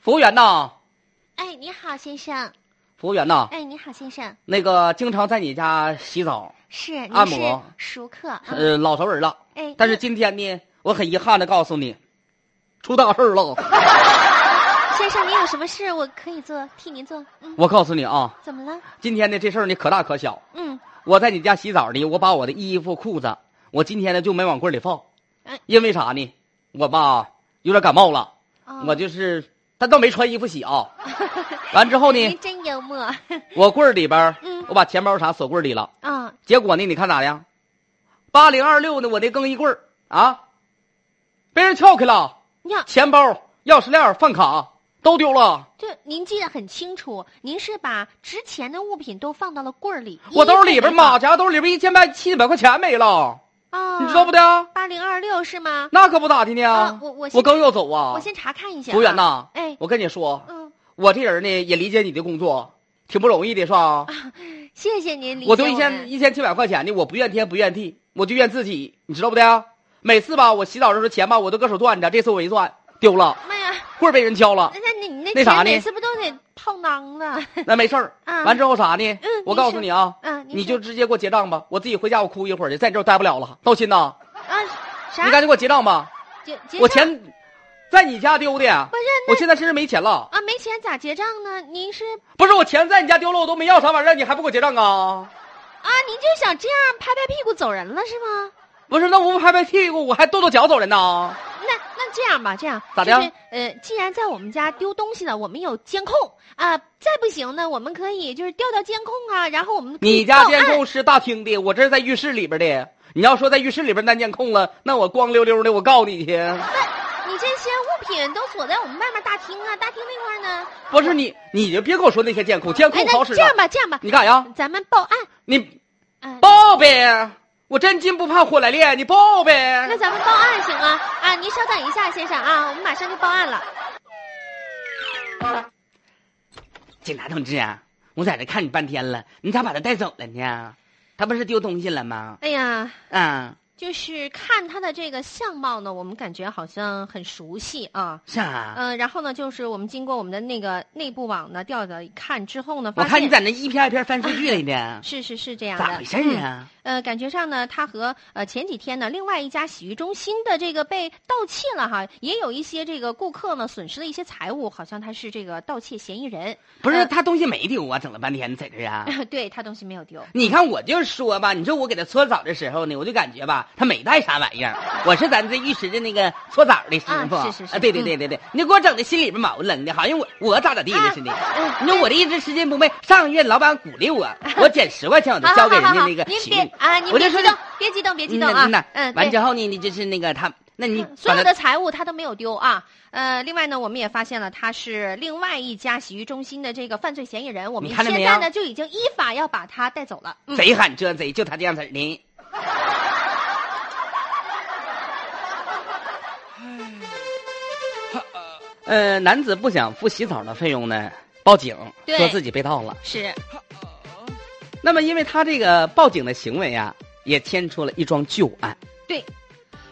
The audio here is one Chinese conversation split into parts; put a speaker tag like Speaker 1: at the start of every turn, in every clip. Speaker 1: 服务员呐，
Speaker 2: 哎，你好，先生。
Speaker 1: 服务员呐，
Speaker 2: 哎，你好，先生。
Speaker 1: 那个经常在你家洗澡，
Speaker 2: 是，您
Speaker 1: 按
Speaker 2: 是
Speaker 1: 摩
Speaker 2: 熟客啊。
Speaker 1: 呃，老熟人了。
Speaker 2: 哎，
Speaker 1: 但是
Speaker 2: 那
Speaker 1: 今天呢，我很遗憾的告诉你，出大事儿了。
Speaker 2: 先生，您有什么事我可以做，替您做。嗯，
Speaker 1: 我告诉你啊，
Speaker 2: 怎么了？
Speaker 1: 今天呢这事儿呢可大可小。
Speaker 2: 嗯，
Speaker 1: 我在你家洗澡呢，我把我的衣服裤子，我今天呢就没往柜里放
Speaker 2: 哎，
Speaker 1: 因为啥呢？我吧有点感冒了，
Speaker 2: 哦
Speaker 1: 我就是，但倒没穿衣服洗啊。完之后呢
Speaker 2: 您，真幽默。
Speaker 1: 我柜儿里边儿
Speaker 2: 嗯，
Speaker 1: 我把钱包啥锁柜儿里了。
Speaker 2: 嗯，
Speaker 1: 结果呢，你看咋的？八零二六呢，我那更衣柜儿啊，被人撬开了，
Speaker 2: 呀，
Speaker 1: 钱包、钥匙链儿、饭卡都丢了。
Speaker 2: 这您记得很清楚，您是把值钱的物品都放到了柜儿里。
Speaker 1: 我兜
Speaker 2: 衣服也
Speaker 1: 里边，
Speaker 2: 没放
Speaker 1: 马甲兜里边一千八七百块钱没了，
Speaker 2: 啊，
Speaker 1: 你知道不？的？
Speaker 2: 八零二六是吗？
Speaker 1: 那可不咋的
Speaker 2: 啊
Speaker 1: 呢，。
Speaker 2: 我我先
Speaker 1: 我刚要走啊
Speaker 2: 我，先查看一下啊。
Speaker 1: 服务员呐，
Speaker 2: 哎，
Speaker 1: 我跟你说，
Speaker 2: 嗯，
Speaker 1: 我这人呢也理解你的工作，挺不容易的，是吧？
Speaker 2: 谢谢啊您理解
Speaker 1: 我丢一
Speaker 2: 我
Speaker 1: 千
Speaker 2: 们
Speaker 1: 一千七百块钱呢，我不怨天不怨地，我就怨自己，你知道不的？每次吧，我洗澡的时候钱吧，我都搁手攥着，这次我一攥丢了。
Speaker 2: 妈呀！
Speaker 1: 棍儿被人敲了
Speaker 2: 那，那你那
Speaker 1: 那啥呢
Speaker 2: 钱每次不都得泡囊了？
Speaker 1: 那没事儿。
Speaker 2: 啊
Speaker 1: 完之后啥呢？我告诉你啊，
Speaker 2: 嗯，您
Speaker 1: 你
Speaker 2: 说
Speaker 1: 就直接给我结账吧，我自己回家我哭一会儿去，在你这儿待不了了。道心呐，
Speaker 2: 啊啥
Speaker 1: 你赶紧给我结账吧，
Speaker 2: 结结
Speaker 1: 我
Speaker 2: 账
Speaker 1: 钱在你家丢的
Speaker 2: 不，是
Speaker 1: 我现在身上没钱了。
Speaker 2: 啊没钱咋结账呢？您是
Speaker 1: 不是我钱在你家丢了，我都没要啥玩意儿，你还不给我结账啊？
Speaker 2: 啊您就想这样拍拍屁股走人了是吗？
Speaker 1: 不是，那我不拍拍屁股，我还跺跺脚走人呐？
Speaker 2: 那那这样吧，这样
Speaker 1: 咋的
Speaker 2: 就是呃，既然在我们家丢东西了，我们有监控啊、再不行呢，我们可以就是调到监控啊，然后我们可以
Speaker 1: 你家
Speaker 2: 报
Speaker 1: 监
Speaker 2: 案
Speaker 1: 控是大厅的，我这是在浴室里边的。你要说在浴室里边那监控了，那我光溜溜的，我告你去。
Speaker 2: 哎你这些物品都锁在我们外面大厅啊，大厅那块儿呢。
Speaker 1: 不是你，你就别跟我说那些监控，监
Speaker 2: 哎，
Speaker 1: 控好
Speaker 2: 那
Speaker 1: 使
Speaker 2: 这
Speaker 1: 啥。
Speaker 2: 样吧，这样吧，
Speaker 1: 你干啥呀？
Speaker 2: 咱们报案。
Speaker 1: 你
Speaker 2: 啊。
Speaker 1: 报呗，我真金不怕火来炼，你报呗
Speaker 2: 那。咱们报案行吗？啊，您稍等一下，先生啊，我们马上就报案了。
Speaker 1: 警察同志啊，我在这看你半天了，你咋把他带走了呢？他不是丢东西了吗？
Speaker 2: 哎呀，
Speaker 1: 啊，
Speaker 2: 就是看他的这个相貌呢，我们感觉好像很熟悉啊。
Speaker 1: 是啊。
Speaker 2: 嗯、然后呢，就是我们经过我们的那个内部网呢调查一看之后呢，
Speaker 1: 我
Speaker 2: 发
Speaker 1: 看你
Speaker 2: 现
Speaker 1: 在那一篇一篇翻数据来呢，
Speaker 2: 是是是这样的，
Speaker 1: 咋回事儿啊？
Speaker 2: 嗯？呃，感觉上呢，他和呃前几天呢，另外一家洗浴中心的这个被盗窃了哈，也有一些这个顾客呢损失了一些财物，好像他是这个盗窃嫌疑人。
Speaker 1: 不是
Speaker 2: 呃
Speaker 1: 他东西没丢啊，整了半天在这儿啊。
Speaker 2: 对他东西没有丢。
Speaker 1: 你看，我就说吧，你说我给他搓澡的时候呢，我就感觉吧，他没带啥玩意儿。我是咱这浴室的那个搓澡的师傅，
Speaker 2: 啊是是是
Speaker 1: 啊对对对对对，你给我整的心里边毛愣的，好像我我咋咋地的似的。
Speaker 2: 嗯
Speaker 1: 你说我这一直拾金不昧，上个月老板鼓励 我，我捡十块钱我都
Speaker 2: 好
Speaker 1: 交
Speaker 2: 好
Speaker 1: 给
Speaker 2: 好
Speaker 1: 人
Speaker 2: 好
Speaker 1: 家
Speaker 2: 好，
Speaker 1: 那个
Speaker 2: 您
Speaker 1: 洗浴
Speaker 2: 别啊，您
Speaker 1: 我就
Speaker 2: 别
Speaker 1: 说
Speaker 2: 激动，别激动，别激动
Speaker 1: 那
Speaker 2: 啊
Speaker 1: 那！
Speaker 2: 嗯，
Speaker 1: 完之
Speaker 2: 对，嗯
Speaker 1: 后呢，你就是那个他，那你
Speaker 2: 所
Speaker 1: 嗯把
Speaker 2: 有
Speaker 1: 他
Speaker 2: 的财物他都没有丢啊。呃，另外呢，我们也发现了他是另外一家洗浴中心的这个犯罪嫌疑人，我们
Speaker 1: 你看见
Speaker 2: 现
Speaker 1: 没
Speaker 2: 在
Speaker 1: 有
Speaker 2: 呢就已经依法要把他带走了。嗯，
Speaker 1: 贼喊捉贼，就他这样式儿 的。呃，男子不想付洗澡的费用呢，报警
Speaker 2: 对
Speaker 1: 说自己被盗了。
Speaker 2: 是
Speaker 1: 那么，因为他这个报警的行为啊，也牵出了一桩旧案。
Speaker 2: 对。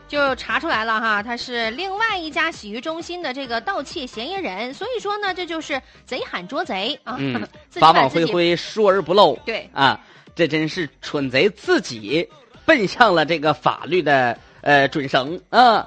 Speaker 2: 就查出来了哈，他是另外一家洗浴中心的这个盗窃嫌疑人，所以说呢，这就是贼喊捉贼啊！
Speaker 1: 嗯
Speaker 2: 自己
Speaker 1: 法
Speaker 2: 把
Speaker 1: 网
Speaker 2: 自
Speaker 1: 恢
Speaker 2: 己
Speaker 1: 恢，疏而不漏。
Speaker 2: 对
Speaker 1: 啊，这真是蠢贼自己奔向了这个法律的呃准绳啊！